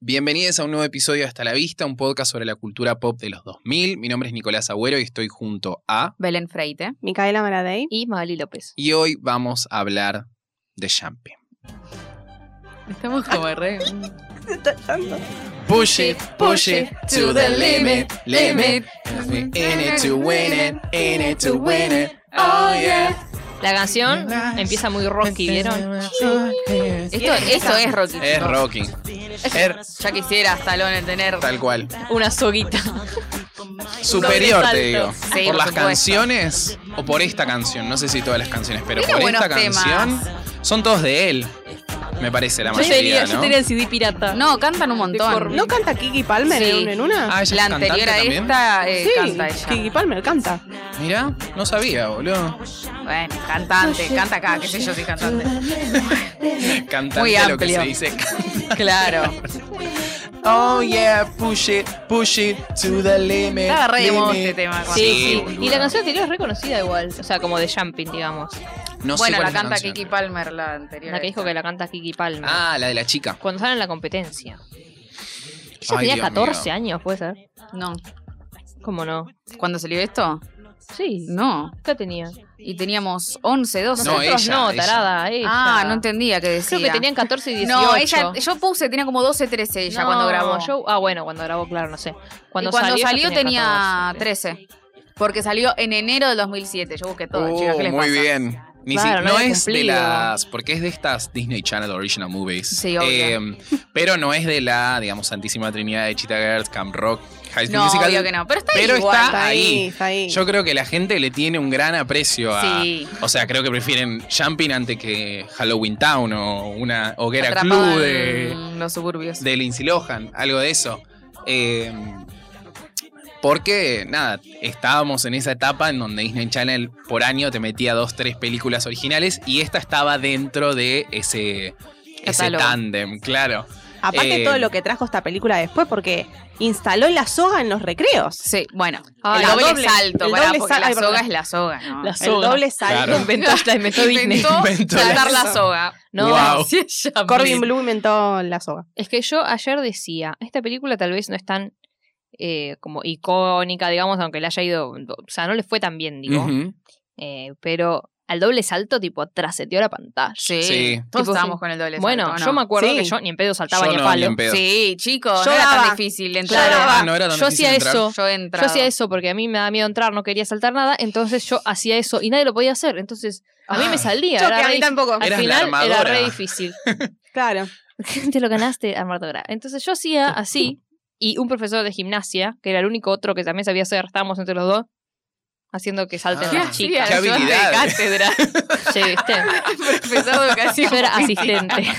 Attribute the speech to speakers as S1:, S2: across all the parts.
S1: Bienvenidos a un nuevo episodio de Hasta la Vista, un podcast sobre la cultura pop de los 2000. Mi nombre es Nicolás Agüero y estoy junto a...
S2: Belén Freite
S3: Micaela Maradei.
S2: y Magali López.
S1: Y hoy vamos a hablar de Champion.
S2: Estamos como re.
S1: Push it, push it to the limit, limit. In it to win it, in it to win it. Oh yeah.
S4: La canción empieza muy rocky, ¿vieron?
S2: Este
S4: Esto, esto es rocky.
S1: Es rocking, es
S4: Ya quisiera Stallone tener
S1: Er, tal cual.
S4: una soguita.
S1: Superior,
S4: Doble
S1: te digo.
S4: salto. Sí,
S1: por
S4: por
S1: las
S4: supuesto.
S1: canciones o por esta canción. No sé si todas las canciones, pero
S4: Tiene
S1: por esta
S4: buenos temas.
S1: canción son todos de él. Me parece la
S4: Yo
S1: mayoría,
S4: tenía,
S1: ¿no?
S4: yo tenía el CD pirata.
S2: No, cantan un
S4: Por
S2: montón.
S4: mí.
S3: ¿No canta Kiki Palmer
S4: Sí.
S3: en una- en una?
S1: Ah, ¿ella
S4: la
S1: es cantante
S4: anterior a
S1: también?
S4: esta eh,
S3: sí,
S4: canta ella.
S3: Kiki Palmer canta.
S1: Ah, Mirá, no sabía, boludo.
S4: Bueno, cantante, canta acá, qué sé yo, soy cantante.
S1: Cantante
S4: Muy
S1: lo que
S4: amplio.
S1: se dice.
S4: Claro.
S1: Oh yeah, push it, push it to the limit.
S4: Estaba re de moda
S1: limit.
S4: este tema. cuando-
S1: Sí,
S4: Sí, sí.
S1: boluda.
S4: Y la canción anterior es reconocida igual. O sea, como de Jumping, digamos.
S1: No sé
S4: Bueno,
S1: cuál
S4: la
S1: es la
S4: canta
S1: canción.
S4: Kiki Palmer, la anterior. La que dijo que la canta Kiki Palmer.
S1: Ah, la de la chica.
S4: Cuando sale en la competencia. Ella
S1: Ay,
S4: tenía
S1: Dios
S4: 14
S1: mío.
S4: años, puede ser.
S2: No.
S4: ¿Cómo no?
S2: ¿Cuando salió esto?
S4: Sí.
S2: No.
S4: ¿Qué tenía?
S2: Y teníamos 11, 12.
S1: No,
S4: Nosotros
S1: ella,
S4: no,
S1: ella.
S4: tarada. Ella.
S2: ah, no entendía qué decía.
S4: Creo que tenían 14 y 18.
S2: No, ella, yo puse, tenía como 12, 13 ella
S4: No,
S2: cuando grabó.
S4: yo- ah, bueno, cuando grabó, claro, no sé. Cuando,
S2: y cuando
S4: salió,
S2: salió,
S4: ella
S2: tenía,
S4: 14.
S2: 13. Porque salió en enero del 2007. Yo busqué todo, chicas,
S1: Oh,
S2: ¿qué les
S1: muy
S2: pasa?
S1: bien. Ni si-
S4: Claro, no
S1: no
S4: había
S1: es de
S4: cumplido.
S1: las. Porque es de estas Disney Channel Original Movies.
S2: Sí, obvio.
S1: Eh, pero no es de la, digamos, Santísima Trinidad de Cheetah Girls, Camp Rock, High School
S2: No,
S1: Musical.
S2: obvio que no. Pero está
S1: Pero
S2: igual.
S1: está
S3: Está ahí,
S1: ahí.
S3: está ahí.
S1: Yo creo que la gente le tiene un gran aprecio a.
S2: Sí.
S1: O sea, creo que prefieren Jumping antes que Halloween Town o una hoguera
S2: Atrapado
S1: club de
S2: en los suburbios.
S1: de Lindsay Lohan, algo de eso. Eh, porque, nada, estábamos en esa etapa en donde Disney Channel por año te metía dos, tres películas originales y esta estaba dentro de ese, ese
S2: Catálogo.
S1: tándem, claro.
S3: Aparte
S1: Eh,
S3: todo lo que trajo esta película después, porque instaló la soga en los recreos.
S2: Sí, bueno.
S4: Ay,
S2: el
S4: Ah, la
S2: doble,
S3: doble-
S2: salto,
S3: el
S2: pará,
S3: doble
S2: porque
S3: sal-
S2: la
S3: ay,
S2: soga
S3: perdón.
S2: es la soga, ¿no?
S4: La
S3: El
S4: sola.
S3: doble salto.
S1: Claro.
S4: Inventó, la inventó Disney.
S2: Intentó
S1: Inventó la
S2: saltar la
S3: soga.
S2: soga.
S4: No,
S1: Guau.
S4: sí, ella
S3: Corbin
S4: misma.
S3: Blue inventó la soga.
S4: Es que yo ayer decía, esta película tal vez no es tan eh, como icónica, digamos, aunque le haya ido, o sea, no le fue tan bien, digo.
S1: Ujú.
S4: Eh, pero al doble salto, tipo, traseteó la pantalla.
S2: Sí.
S1: Sí.
S2: Todos
S4: Tipo,
S2: estábamos
S4: sí.
S2: con el doble
S4: Bueno,
S2: salto, ¿no?
S4: yo me acuerdo
S3: Sí.
S4: que yo ni en pedo saltaba
S1: Yo
S4: ni a
S1: no,
S4: palo.
S1: ni en pedo.
S2: Sí, chicos,
S3: Yo
S2: no era
S3: daba.
S2: tan difícil
S4: Yo
S2: entrar.
S4: daba.
S1: Ah, no era tan
S4: Yo
S1: difícil
S4: hacía
S1: entrar.
S4: eso.
S2: Yo he entrado.
S4: Yo hacía eso porque a mí me da miedo entrar, no quería saltar nada, entonces yo hacía eso y nadie lo podía hacer. Entonces, a
S1: Ah.
S4: mí me salía.
S3: Yo
S4: era
S3: que a
S4: re
S3: mí tampoco.
S4: dif- al
S1: Eras la
S4: final era
S1: armadora.
S4: re difícil.
S3: Claro.
S4: Te lo ganaste, armadora. Entonces yo hacía así y un profesor de gimnasia, que era el único otro que también sabía hacer, estábamos entre los dos, haciendo que salten
S1: Ah.
S4: las
S2: hacía?
S4: chicas.
S1: Qué
S2: Yo
S1: habilidad. ¿eh?
S2: de cátedra,
S4: Sí, ¿viste?
S2: profesor de educación.
S4: Yo era asistente.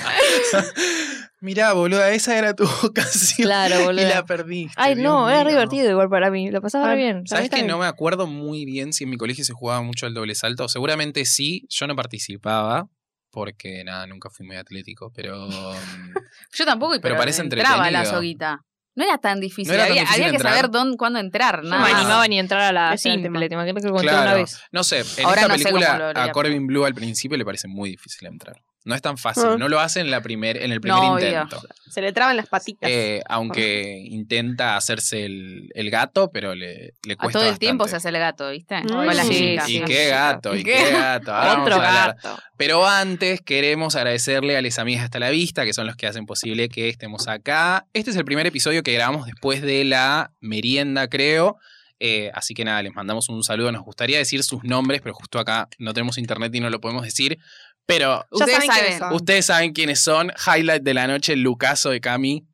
S1: Mirá, boluda, esa era tu vocación.
S4: Claro, boludo.
S1: Y la perdiste.
S4: Ay,
S1: Dios
S4: no, era
S1: mío.
S4: re divertido igual para mí. Lo pasaba
S3: Ah,
S4: re bien.
S1: ¿Sabes que
S3: también.
S1: no me acuerdo muy bien si en mi colegio se jugaba mucho al doble salto? Seguramente sí, yo no participaba porque nada, nunca fui muy atlético, pero mm,
S2: Yo tampoco, y
S1: Pero
S2: pero,
S1: parece
S2: entraba a la
S1: entretenido.
S2: soguita. No era tan difícil.
S1: No era tan
S2: había,
S1: difícil
S2: había que
S1: entrar.
S2: saber dónde, cuándo entrar.
S4: No
S2: Nada.
S4: me
S1: Ah.
S4: animaba ni a entrar a la
S3: Ese era el
S4: simple, te imagino que lo conté una
S1: Claro.
S4: vez.
S1: No sé, en
S2: Ahora
S1: esta
S2: no sé
S1: película
S2: cómo lo haría,
S1: a
S2: pero-
S1: Corbin Blue al principio le parece muy difícil entrar. No es tan fácil,
S3: Ah.
S1: no lo hace en la primer en el primer
S2: No, obvio.
S1: intento.
S3: Se le traban las patitas.
S1: Eh, aunque intenta hacerse el, el gato, pero le, le
S2: A
S1: cuesta
S2: todo el tiempo se
S1: bastante.
S2: hace el gato, ¿viste?
S3: Mm.
S2: Con las
S4: Sí,
S2: chicas.
S1: Y
S2: con
S1: qué
S2: las
S1: gato,
S2: chicas.
S1: y qué gato. Ahora Ah, vamos
S2: Otro
S1: a hablar.
S2: gato.
S1: Pero antes queremos agradecerle a les amigas hasta la vista, que son los que hacen posible que estemos acá. Este es el primer episodio que grabamos después de la merienda, creo. Eh, así que nada, les mandamos un saludo. Nos gustaría decir sus nombres, pero justo acá no tenemos internet y no lo podemos decir. Pero
S3: Ya
S2: Ustedes
S3: saben quiénes
S2: saben.
S3: son.
S1: ustedes saben quiénes son. Highlight de la noche, Lucaso de Cami.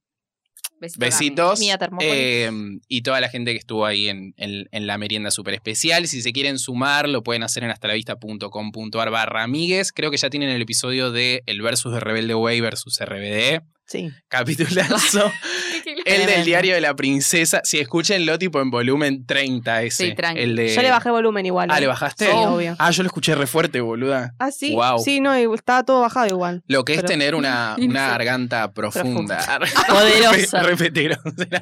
S2: Besito
S1: Besitos.
S4: Mía Termópolis.
S1: Eh, y toda la gente que estuvo ahí en, en- en la merienda súper especial. Si se quieren sumar, lo pueden hacer en hastalavista.com.ar barra amigues. Creo que ya tienen el episodio de El versus de Rebelde Way versus RBD.
S3: Sí.
S1: Capitulazo.
S4: Gil.
S1: El del
S3: Tremendo.
S1: diario de la princesa. Si escúchenlo, tipo en volumen 30 ese.
S2: Sí, tranqui.
S1: el de...
S3: Yo le bajé volumen igual.
S1: eh, Ah,
S3: ¿eh?
S1: ¿le bajaste?
S3: Sí, obvio.
S1: Ah, yo lo escuché re fuerte, boluda.
S3: Ah, sí.
S1: Guau.
S3: Sí, no, y estaba todo bajado igual.
S1: Lo que es
S3: Pero-
S1: tener una,
S2: Y no
S1: una
S2: sé.
S1: garganta profunda.
S4: Poderosa.
S1: Repetieron.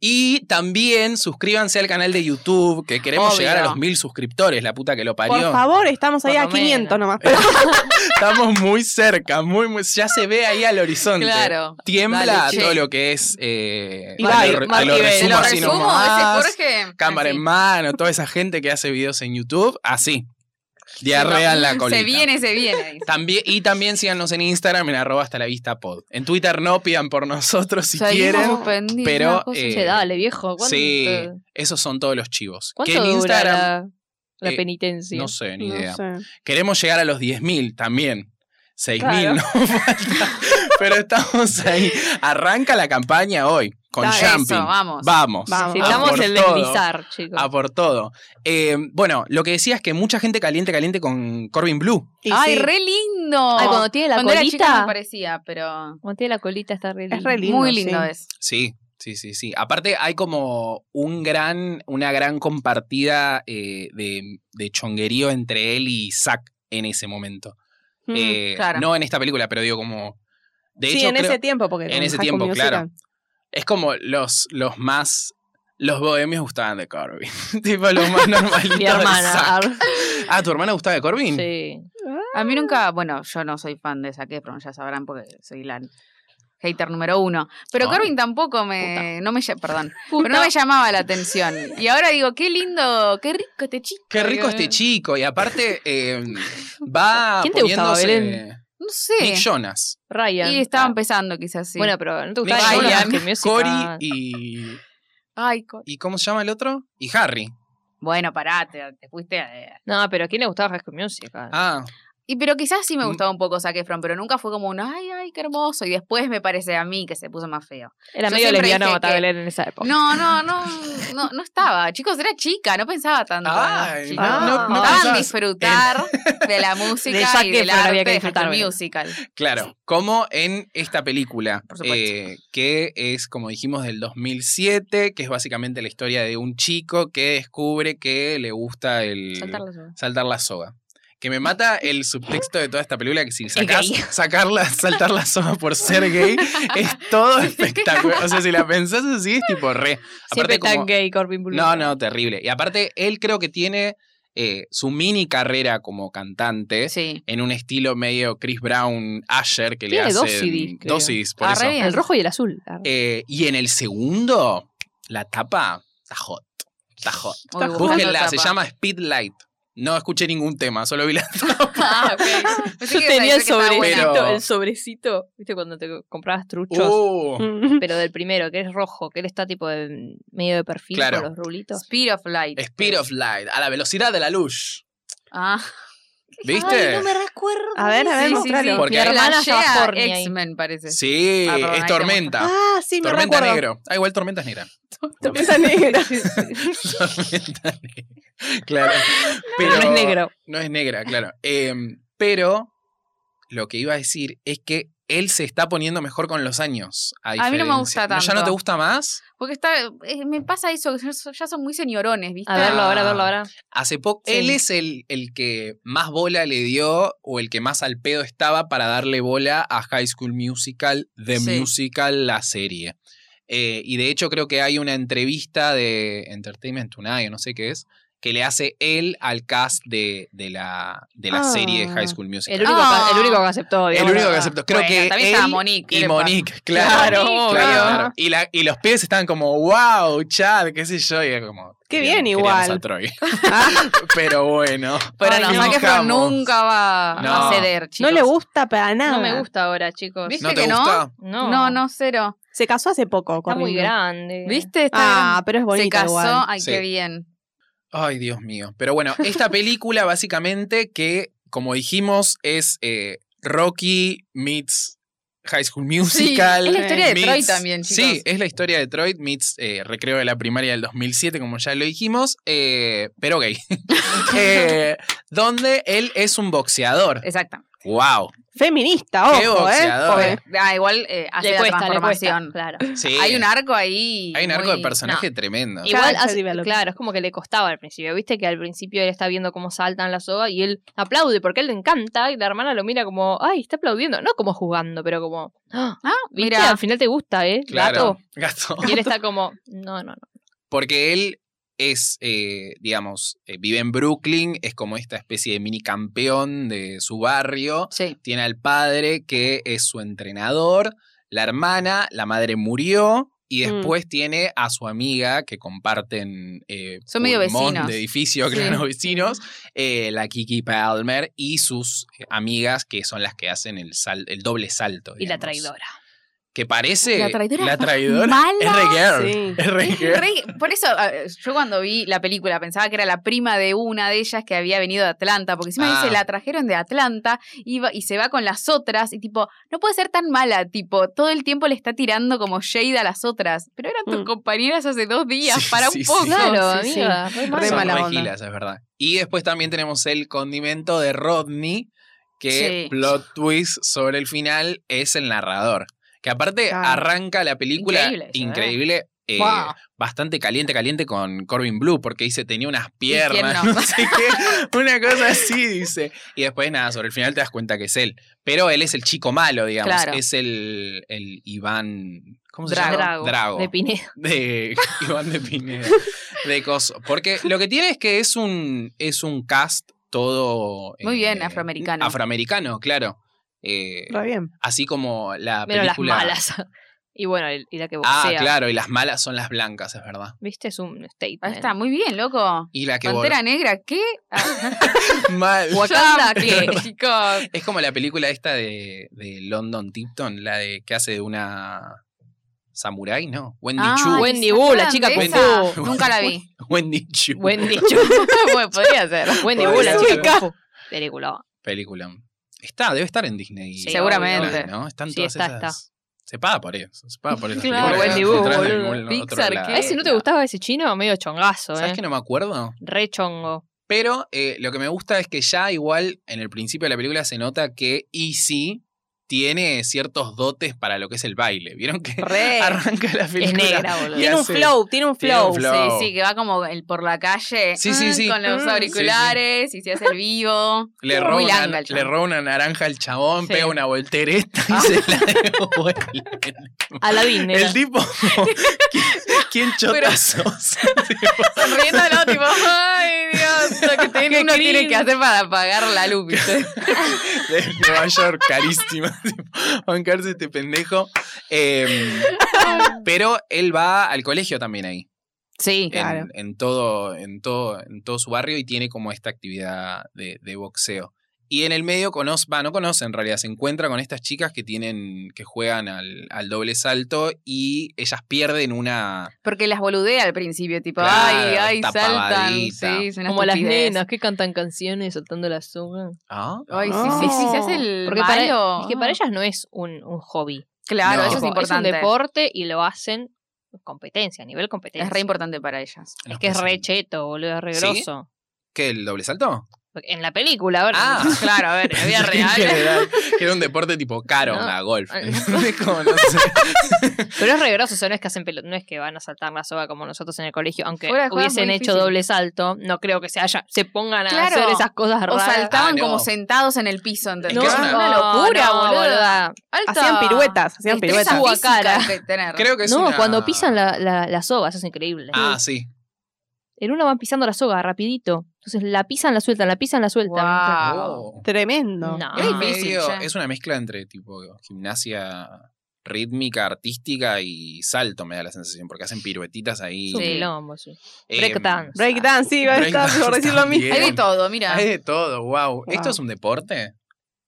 S1: y también suscríbanse al canal de YouTube, que queremos
S2: Obvio.
S1: llegar a los mil suscriptores, la puta que lo
S3: Por
S1: parió.
S3: favor, estamos ahí
S4: Por
S3: a
S4: lo
S3: 500 nomás.
S1: Estamos muy cerca, muy, muy, ya se ve ahí al horizonte.
S2: Claro.
S1: Tiembla
S2: Dale,
S1: a
S2: che.
S1: todo lo que es. Eh,
S3: Y dale,
S1: te lo-
S3: Mar
S1: te lo
S3: Nivel.
S1: resumo
S2: Lo
S3: Sumo
S1: así
S2: resumo,
S1: nomás.
S2: ese Jorge.
S1: cámara
S2: así.
S1: en mano, toda esa gente que hace videos en YouTube, así. Diarrea en la colita.
S2: Se viene, se viene. dice.
S1: También, y también síganos en Instagram en arroba hasta la vista pod. En Twitter no pidan por nosotros si
S2: Seguimos
S1: quieren.
S2: suspendidos.
S1: pero-
S4: Una cosa,
S1: eh,
S4: che, dale, viejo. ¿cuánto-
S1: Sí, esos son todos los chivos.
S4: ¿Cuánto
S1: que en
S4: dura
S1: Instagram,
S4: la, la
S1: eh,
S4: penitencia?
S1: no sé, ni
S3: No
S1: idea.
S3: sé.
S1: Queremos llegar a los 10.000 también. 6.000
S4: Claro.
S1: no falta, pero estamos ahí. Arranca la campaña hoy con
S3: Dale,
S2: Eso,
S1: Jumping.
S2: vamos.
S1: Vamos.
S3: Vamos.
S1: a
S4: Necesitamos
S1: por
S4: el
S1: todo.
S4: deslizar, chicos.
S1: A por todo. Eh, bueno, lo que decía es que mucha gente caliente, caliente con Corbin Blue.
S3: Y
S2: Ay,
S3: sí,
S2: re lindo.
S4: Ay, cuando tiene la
S2: Cuando era chica no
S4: colita.
S2: me parecía, pero
S4: Cuando tiene la colita está re lindo.
S3: es re lindo.
S2: muy lindo
S3: sí.
S2: es.
S1: Sí, sí, sí, sí. Aparte hay como un gran, una gran compartida eh, de, de chonguerío entre él y Zack en ese momento.
S3: Mm.
S1: Eh,
S2: claro.
S1: No en esta película, pero digo como... De
S3: sí,
S1: hecho,
S3: en
S1: creo-
S3: ese tiempo, porque
S1: en
S3: con
S1: ese
S3: High School
S1: tiempo,
S3: Musical.
S1: claro. es como los, los más... Los bohemios gustaban de Corbin. tipo los más normalitos.
S4: Mi
S1: de Zack.
S4: hermana. ar-
S1: Ah, ¿tu hermana gustaba de Corbin?
S4: Sí.
S2: A mí nunca, bueno, yo no soy fan de Zac Efron, ya sabrán porque soy la hater número uno. Pero
S1: Ah.
S2: Corbin tampoco me, no me, lla- perdón, pero no me llamaba la atención. Y ahora digo, qué lindo, qué rico este chico.
S1: Qué rico este chico. Y aparte eh, va
S4: ¿Quién te gustaba,
S1: poniéndose-
S4: Belén?
S2: No sé.
S1: Nick Jonas.
S4: Ryan.
S2: Y estaba empezando quizás sí.
S4: Bueno, pero no te
S1: Nick
S4: gustaba ninguno de
S1: Jonas,
S4: los High School Musical.
S1: Cory y.
S2: Ay, co-
S1: ¿Y cómo se llama el otro? Y Harry.
S2: bueno, pará, te, te fuiste. a- eh.
S4: No, pero ¿a quién le gustaba High School Musical?
S1: Ah,
S2: Y pero quizás sí me
S1: Mm.
S2: gustaba un poco Zac Efron, pero nunca fue como un ay, ay, qué hermoso. Y después me parece a mí que se puso más feo.
S4: Era
S2: yo
S4: medio
S2: siempre dije
S4: lesbianota
S2: que-
S4: Belén en esa época.
S2: No, no, no, no, no estaba. Chicos, era chica, no pensaba tanto.
S1: Ay,
S2: chica.
S4: no, no,
S2: Estaba
S4: no
S2: en
S1: pensabas
S2: disfrutar de la
S4: De
S2: música
S4: Zac
S2: y del
S4: Efron había
S2: arte
S4: que
S2: de High School
S4: disfrutar, bueno.
S2: Musical.
S1: claro. Como en esta película,
S2: Por supuesto.
S1: eh, que es, como dijimos, del 2007, que es básicamente la historia de un chico que descubre que le gusta el
S4: Saltar la soga.
S1: saltar la soga. Que me mata el subtexto de toda esta película, que si sacás,
S4: gay.
S1: sacarla, saltar la soga por ser gay, es todo espectacular. O sea, si la pensás así, es tipo re.
S4: Siempre
S1: como-
S4: tan gay, Corbin Blue.
S1: No, no, terrible. Y aparte, él creo que tiene eh, su mini carrera como cantante
S2: Sí.
S1: en un estilo medio Chris Brown Asher que
S4: Tiene
S1: le hace.
S4: dos CDs, creo.
S1: por
S2: Ah,
S1: eso.
S2: re bien.
S4: El rojo y el azul. Ah,
S1: Eh, y en el segundo, la tapa está hot. Está hot.
S2: Muy buena
S1: Búsquenla, se
S2: tapa.
S1: llama Speed Light. No escuché ningún tema, solo vi la
S2: Ah, ok. Pensé
S4: Yo
S2: que ibas a
S4: tenía el
S2: decir que estaba buena.
S1: Pero-
S4: sobrecito, el sobrecito, viste cuando te comprabas truchos,
S1: Uh,
S3: Mm.
S4: pero del primero, que es rojo, que él está tipo de- medio de perfil
S1: Claro.
S4: con los rulitos.
S2: Speed of Light. pues.
S1: Speed of Light, a la velocidad de la luz.
S2: Ah,
S1: ¿Viste?
S4: recuerdo.
S3: A ver, a
S2: sí,
S3: ver,
S2: sí,
S3: mostralo.
S2: sí.
S1: Porque
S2: Mi
S1: hay-
S2: hermana
S4: flashea
S2: estaba
S4: horny ahí.
S2: X-Men, parece.
S1: Sí,
S2: Ah, perdón, ahí
S1: es
S2: te
S1: tormenta.
S3: Ah, sí, me
S1: Tormenta
S3: recuerdo.
S1: negro. Ah, igual tormenta es negra.
S3: Tormenta negra.
S1: Tormenta negra. Claro. Pero
S4: no es negro.
S1: No es negra, claro. Eh, pero lo que iba a decir es que él se está poniendo mejor con los años. A,
S2: mí no me
S1: diferencia-
S2: gusta
S1: ¿Ya no
S2: tanto.
S1: te gusta más?
S2: Porque está, eh, me pasa eso, que ya son- ya son muy señorones, ¿viste?
S4: A verlo ahora, a verlo ahora.
S1: Hace poco.
S4: Sí.
S1: Él es el, el que más bola le dio o el que más al pedo estaba para darle bola a High School Musical, The
S2: Sí.
S1: Musical, la serie. Eh, y de hecho, creo que hay una entrevista de Entertainment Tonight, o no sé qué es, que le hace él al cast de, de la, de la
S3: Ah.
S1: serie High School Musical.
S4: El único,
S2: Ah.
S4: que- el único que aceptó.
S1: El
S4: digamos,
S1: único que
S4: la-
S1: aceptó. Creo
S2: Bueno,
S1: que
S2: también estaba
S1: él
S2: Monique, ¿qué
S1: y
S2: le pasa?
S1: Monique, claro.
S4: Claro,
S1: claro,
S4: obvio.
S1: claro. Y, la, y los pibes estaban como, wow, Chad, qué sé yo. Y era como.
S3: Qué
S1: queríamos-
S3: bien,
S1: queríamos
S3: igual.
S1: a Troy. Pero bueno.
S2: Pero
S1: Ay,
S2: no,
S1: no.
S2: Zac Efron
S1: Buscamos.
S2: nunca va
S1: No.
S2: a ceder,
S3: No
S2: chicos.
S3: le gusta para nada.
S4: No me gusta ahora, chicos.
S2: ¿Viste
S1: Ah. ¿No te
S2: que no?
S1: gusta?
S4: No,
S2: No, no, cero.
S3: Se casó hace poco.
S4: Está muy
S3: Corinne.
S4: grande.
S2: ¿Viste? Está
S3: Ah, pero es
S2: gran-
S3: bonito
S2: se casó,
S3: igual.
S2: ay,
S1: Sí.
S2: qué bien.
S1: Ay, Dios mío. Pero bueno, esta película básicamente que, como dijimos, es eh, Rocky meets High School Musical.
S2: es la historia de
S1: meets-
S2: Troy también, chicos.
S1: Sí, es la historia de Troy meets eh, recreo de la primaria del 2007, como ya lo dijimos, eh, pero gay. Eh, donde él es un boxeador.
S2: Exacto.
S1: ¡Wow!
S3: Feminista,
S1: Qué
S3: ojo, ¿eh?
S1: boxeadora.
S3: Porque-
S2: Ah, igual eh, hace
S4: le
S2: la
S4: cuesta, le cuesta.
S2: transformación.
S4: Claro.
S1: Sí.
S2: Hay un arco ahí.
S1: Hay un arco
S2: muy-
S1: de personaje tremendo.
S3: Y-
S4: Igual,
S3: Character
S4: hace-
S3: development.
S4: claro, es como que le costaba al principio. Viste que al principio él está viendo cómo saltan la soga y él aplaude porque a él le encanta y la hermana lo mira como, ay, está aplaudiendo. No como jugando, pero como, ah,
S2: Ah,
S4: viste,
S2: mira.
S4: al final te gusta, ¿eh?
S1: Claro.
S4: Gato.
S1: Gato.
S4: Y él está como, no, no, no.
S1: Porque él es, eh, digamos, eh, vive en Brooklyn, es como esta especie de mini campeón de su barrio.
S2: Sí.
S1: Tiene al padre que es su entrenador, la hermana, la madre murió. Y
S3: Mm.
S1: después tiene a su amiga que comparten eh,
S2: Son medio
S1: pulmón
S2: vecinos.
S1: de edificio,
S2: Sí.
S1: claro, vecinos, eh, la Kiki Palmer y sus eh, amigas que son las que hacen el, sal- el doble salto.
S4: Y la
S1: digamos.
S4: traidora.
S1: Que parece
S2: La traidora
S1: la traidora
S2: mala.
S1: es re girl,
S3: Sí.
S1: es re
S2: Es
S1: girl.
S2: re- por eso, ah, yo cuando vi la película pensaba que era la prima de una de ellas que había venido de Atlanta, porque encima
S1: Ah.
S2: dice, la trajeron de Atlanta y, va- y se va con las otras, y tipo, no puede ser tan mala, tipo, todo el tiempo le está tirando como Shade a las otras, pero eran tus
S3: Mm.
S2: compañeras hace dos días,
S1: Sí,
S2: para
S1: sí,
S2: un
S1: sí.
S2: poco.
S4: Claro,
S3: sí, sí.
S4: amiga. re
S3: Re
S1: Son
S4: mala.
S3: mala
S1: re
S3: onda.
S1: gilas, es verdad. Y después también tenemos el condimento de Rodney, que
S2: Sí.
S1: plot twist sobre el final es el narrador. Que aparte
S3: Claro.
S1: arranca la película
S4: Ah. Increíble
S1: increíble,
S4: eso, ¿eh?
S1: eh,
S4: Wow.
S1: bastante caliente, caliente con Corbin Blue, porque dice tenía unas
S2: quién
S1: piernas,
S2: no?
S1: no sé qué, una cosa así dice. Y después nada, sobre el final te das cuenta que es él. Pero él es el chico malo, digamos.
S2: Claro.
S1: Es el, el Iván. ¿Cómo se
S2: Drago.
S1: llama? Drago
S4: De Pineda.
S1: de Iván de Pineda de coso porque lo que tiene es que es un es un cast todo eh,
S2: Muy bien, afroamericano.
S1: afroamericano claro Eh,
S3: Re bien.
S1: así como la
S4: Pero las
S1: película
S4: malas. Y bueno, el- y la que
S1: ah
S4: boxea.
S1: claro y las malas son las blancas es verdad
S4: Viste, es un statement.
S2: Ahí Ah, está, muy bien, loco.
S1: y la que
S2: Pantera Negra, ¿qué?
S1: vol- mal
S2: Wakanda,
S1: Es
S2: ¿qué,
S1: verdad.
S2: chicos?
S1: es como la película esta de, de London Tipton la de que hace de una samurái no Wendy
S2: Ah,
S1: Chu
S4: Wendy
S2: ¿se
S4: Wu, la
S2: acuerdan
S4: chica
S2: de
S4: Kung
S2: esa?
S1: Fu.
S2: Nunca la vi.
S1: Wendy Chu
S4: Buen dicho.
S2: bueno, podría ser.
S4: Wendy
S1: Podría
S4: Wu, la
S1: ser.
S4: chica Kung Fu. Película.
S1: película. Está, debe estar en Disney.
S4: Sí,
S2: Seguramente.
S1: Online, ¿no? Están
S4: Sí,
S1: todas
S4: está,
S1: esas. Se paga por eso. Se paga por eso.
S2: Claro, Wendy Wu, boludo. Pixar, ¿qué?
S4: Ay, si no te gustaba ese chino, medio chongazo,
S1: ¿Sabes
S4: eh.
S1: que no me acuerdo?
S4: Re chongo.
S1: Pero eh, lo que me gusta es que ya igual en el principio de la película se nota que Easy tiene ciertos dotes para lo que es el baile. ¿Vieron que
S2: Eh,
S3: Re.
S1: arranca la
S4: Es
S1: película?
S4: negra, boludo.
S1: Y
S3: Tiene un
S1: hace-
S3: flow, tiene un
S1: tiene
S3: flow.
S1: un flow.
S2: Sí,
S1: Flow.
S2: sí, que va como el, por la calle
S1: Sí, sí,
S2: mm,
S1: sí.
S2: con
S1: Mm,
S2: los
S1: sí, sí.
S2: auriculares y se hace el vivo.
S1: Le
S2: Muy
S1: roba,
S2: langa
S1: una,
S2: el chabón. Ah.
S1: le roba una naranja al chabón,
S4: Sí.
S1: pega una voltereta y se la devuelve.
S4: A la Disney.
S1: El tipo, como, ¿quién, quién chota
S2: Pero-
S1: sos?
S2: Sonriendo no, tipo, ay Dios, lo que tiene-
S4: Qué
S2: uno tiene
S4: cringe.
S2: que hacer para apagar la luz. ¿viste?
S1: de Nueva York, carísima. tipo, Bancarse este pendejo. Eh, pero él va al colegio también ahí.
S2: Sí,
S1: en-
S3: Claro.
S1: En, todo, en, todo, en todo su barrio y tiene como esta actividad de, de boxeo. Y en el medio conoce, va, no conoce en realidad, se encuentra con estas chicas que tienen, que juegan al, al doble salto y ellas pierden una.
S2: porque las boludea al principio, tipo,
S1: Claro,
S2: ay, ay, saltan.
S1: tapadita.
S2: Sí, es una
S4: Como las
S2: estupidez.
S4: nenas que cantan canciones saltando la soga.
S1: ¿Ah?
S2: Ay, sí,
S3: No.
S2: sí, sí, se hace el
S4: Porque para,
S2: malo.
S4: es que para ellas no es un, un hobby.
S2: Claro,
S1: No.
S2: eso es
S4: Tipo,
S2: importante.
S4: un deporte y lo hacen competencia, a nivel competencia.
S2: es re importante para ellas.
S1: Nos
S4: Que es re
S1: presenta-
S4: cheto, boludo, es re
S1: ¿Sí?
S4: grosso.
S1: ¿Qué? ¿El doble salto?
S4: Porque En la película, ahora.
S1: Ah.
S2: Claro, a ver, en la vida
S1: Que
S2: real.
S1: era- que era un deporte tipo caro,
S4: No.
S1: a golf.
S4: Ah.
S1: Como, no sé.
S4: Pero es re grosso, o sea, no es que hacen pelo- no es que van a saltar la soga como nosotros en el colegio, aunque
S2: Fuera de juego es
S4: hubiesen
S2: muy
S4: hecho
S2: difícil.
S4: doble salto, no creo que se haya, se pongan a
S2: Claro.
S4: hacer esas cosas
S2: O
S4: raras.
S2: saltaban
S1: Ah, no.
S2: como sentados en el piso, ¿entendés?
S1: Es que es una-
S2: locura,
S4: no,
S2: boluda.
S4: boluda.
S2: Alta-
S3: Hacían piruetas, hacían
S2: destreza
S3: piruetas.
S4: Cuba
S2: física
S4: cara.
S2: que tener.
S1: Creo que es
S4: No,
S1: una-
S4: cuando pisan la, la, la soga, eso es increíble.
S1: Ah, sí.
S4: En una van pisando la soga rapidito. Entonces la pisan, la sueltan, la pisan, la sueltan.
S2: Wow.
S1: Oh.
S3: Tremendo.
S4: No.
S1: Es,
S2: Es difícil,
S1: medio-
S2: che.
S1: es una mezcla entre tipo gimnasia rítmica, artística y salto, me da la sensación, porque hacen piruetitas ahí.
S4: Es un
S2: Sí.
S4: quilombo, sí.
S1: Em,
S4: Breakdance.
S3: Breakdance, sí, va a estar
S1: Breakdance
S3: por decir lo mismo.
S2: Hay de
S1: también.
S2: todo, mira.
S1: Hay de todo, wow. ¿Esto
S3: Wow.
S1: es un deporte?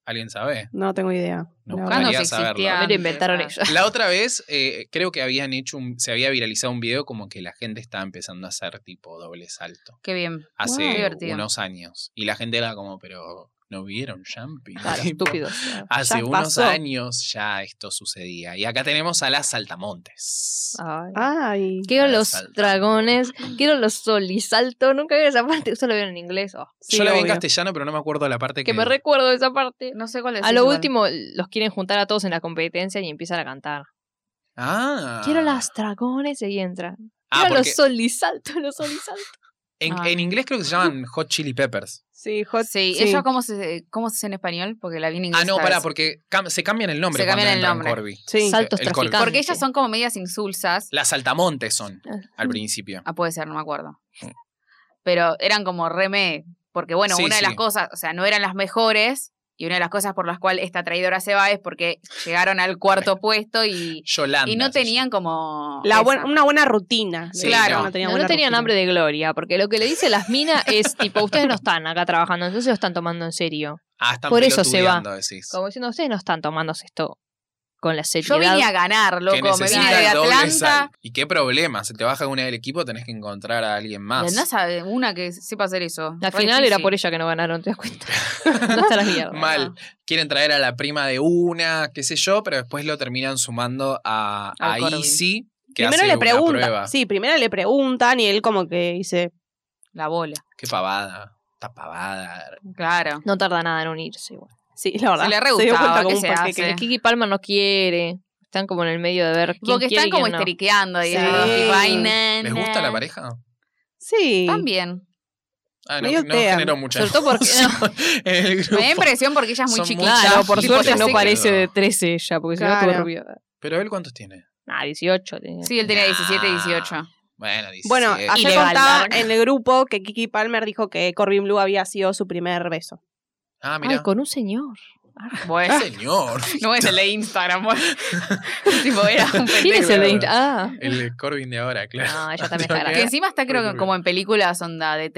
S1: ¿Alguien sabe?
S3: No tengo idea.
S1: Nos
S3: La
S1: gustaría
S3: verdad.
S2: Cuando se
S1: saberlo.
S2: Ah, existía.
S4: Primero inventaron
S2: Antes, ah,
S4: ellos.
S1: La otra vez eh, creo que habían hecho un, se había viralizado un video como que la gente estaba empezando a hacer tipo doble salto.
S2: Qué bien.
S1: hace
S2: divertido.
S1: unos años. Y la gente era como, pero no vieron Jumping.
S4: Claro,
S1: Tipo,
S4: estúpidos.
S1: Hace
S3: Ya
S1: unos
S3: pasó.
S1: años ya esto sucedía. Y acá tenemos a las saltamontes.
S4: Ay.
S3: Ay.
S4: Quiero
S1: Ah,
S4: los
S1: salta.
S4: dragones, quiero los solisalto. Nunca vi esa parte. Ustedes lo vieron en inglés. oh.
S3: Sí,
S1: Yo la vi en
S3: obvio.
S1: castellano, pero no me acuerdo la parte que.
S4: Que me recuerdo de esa parte.
S2: No sé cuál Mm. es.
S4: A lo último, los quieren juntar a todos en la competencia y empiezan a cantar.
S1: Ah.
S4: Quiero las dragones y ahí entra.
S1: Ah,
S4: Quiero
S1: porque
S4: los solisalto, los solisalto.
S1: en,
S2: Ah.
S1: en inglés creo que se llaman Hot Chili Peppers.
S3: Sí, hot.
S2: Sí,
S3: sí.
S2: ¿eso cómo se, cómo se dice en español? Porque la vi en inglés.
S1: Ah, no,
S2: esta
S1: pará,
S2: vez.
S1: porque cam- se cambian el nombre
S2: Se cambian
S1: cuando
S2: el
S1: entran
S2: nombre.
S1: Corby.
S3: Sí.
S4: Saltos
S1: el corte.
S4: traficantes.
S2: Porque ellas son como medias insulsas.
S1: Las saltamontes son al principio.
S2: Ah, puede ser, no me acuerdo. Pero eran como reme. Porque, bueno,
S1: Sí,
S2: una de las
S1: sí.
S2: cosas, o sea, no eran las mejores. Y una de las cosas por las cuales esta traidora se va es porque llegaron al cuarto puesto y,
S1: Yolanda.
S2: y no
S1: se llama.
S2: tenían como.
S3: La
S2: esa.
S3: buena- una buena rutina.
S1: Sí, no.
S2: Claro.
S4: No, no
S3: buena
S4: tenían
S3: rutina.
S4: hambre de gloria, porque lo que le dice las minas es tipo, ustedes no están acá trabajando, entonces lo están tomando en serio.
S1: Ah, están
S4: Por eso se va.
S1: pelotudeando, decís.
S4: Como diciendo, ustedes no están tomándose esto con la
S2: Yo
S4: seriedad.
S2: vine a ganar,
S1: Que
S2: loco. Me vine
S1: necesita
S2: de
S1: el doble
S2: Atlanta.
S1: sal. ¿Y qué problema? Se te baja una del equipo, tenés que encontrar a alguien más.
S2: Y andá a saber, una que sepa hacer eso.
S4: La
S2: Fue
S4: final era
S2: difícil.
S4: por ella que no ganaron, ¿te das cuenta? no está la mierda.
S1: Mal. Quieren traer a la prima de una, qué sé yo, pero después lo terminan sumando a, a
S2: Al Corbin.
S1: Izzy, que
S3: Primero
S1: hace
S3: le
S1: una prueba.
S3: preguntan. Sí, primero le preguntan y él como que dice,
S2: La bola,
S1: Qué pavada. Está pavada.
S2: claro.
S4: No tarda nada en unirse. igual.
S3: sí, la verdad.
S2: Se le re
S3: dio
S2: gustaba,
S3: cuenta
S2: ¿qué
S3: como un
S2: se
S3: panqueque.
S2: hace?
S4: Porque Kiki Palmer no quiere. Están como en el medio de ver quién
S2: Eh. Porque
S4: quiere
S2: están
S4: y quién
S2: como
S4: no.
S2: histeriqueando ahí.
S3: Sí.
S2: ¿no? Tipo, ay,
S3: Sí.
S2: na,
S1: ¿Les gusta
S2: na.
S1: la pareja?
S3: Sí.
S2: También.
S1: Ah, no,
S3: Medio
S1: no
S3: tea.
S1: generó mucha
S4: Sobre todo porque-
S1: emoción en el
S2: Me da
S1: grupo.
S2: impresión porque ella es muy
S1: Son
S2: chiquita.
S1: muchas.
S4: Claro, por
S1: Tipo,
S4: suerte
S1: ya
S4: no
S1: sé que
S4: parece
S1: no.
S4: de 13 ella, porque si no
S3: Claro.
S4: estuvo rubia.
S1: Pero él cuántos tiene?
S4: Ah, 18. tenía.
S2: Sí, él tenía 17, 18.
S1: Bueno, 17.
S3: Bueno, ah,
S1: Bueno,
S3: ayer
S4: Ilegal,
S3: contaba
S4: ¿verdad?
S3: en el grupo que Kiki Palmer dijo que Corbin Blue había sido su primer beso.
S1: ah,
S4: Ay,
S1: mira.
S4: con un señor.
S2: Bueno,
S1: Señor.
S2: no es el de Instagram. bueno. tipo, era un
S4: ¿Quién es el
S1: pero-
S4: de Insta- Ah.
S1: El Corbin de ahora, claro.
S4: No, ella también
S1: Tengo
S4: está
S1: que-
S2: Que encima está creo
S1: Muy
S2: que
S1: bien.
S2: como en películas onda de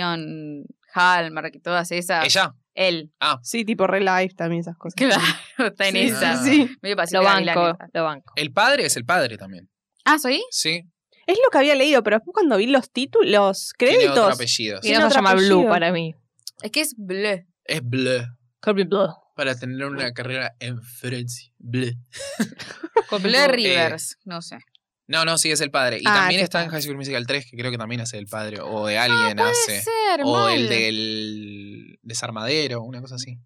S2: televisión, Hallmark y todas esas.
S1: ¿Ella?
S2: Él.
S3: Sí, tipo re live también esas cosas.
S2: Claro, está en
S3: Sí,
S2: esa.
S1: sí, sí.
S2: Medio pasito
S4: Lo
S2: de Gavilán
S4: banco,
S2: esa.
S4: lo banco.
S1: Ah. El padre es el padre también.
S2: Ah, ¿soy?
S1: Sí.
S3: Es lo que había leído, pero después cuando vi los títulos, los
S1: Tiene otro
S3: créditos,
S1: apellido.
S4: Y
S3: Tiene
S4: no se
S3: otro
S4: llama Blue
S3: apellido.
S4: para mí.
S2: Es que es bleu.
S1: Es bleu.
S4: Kirby Blue.
S1: Para tener una carrera en Francia. Bleu.
S2: Bleu Rivers. No sé.
S1: No, no, sí, es el padre. Y
S3: Ah,
S1: también
S3: sí,
S1: está en
S3: está.
S1: High School Musical 3, que creo que también hace el padre. O de alguien hace.
S2: Ah, ser,
S1: O
S2: mal.
S1: el del desarmadero, una cosa así.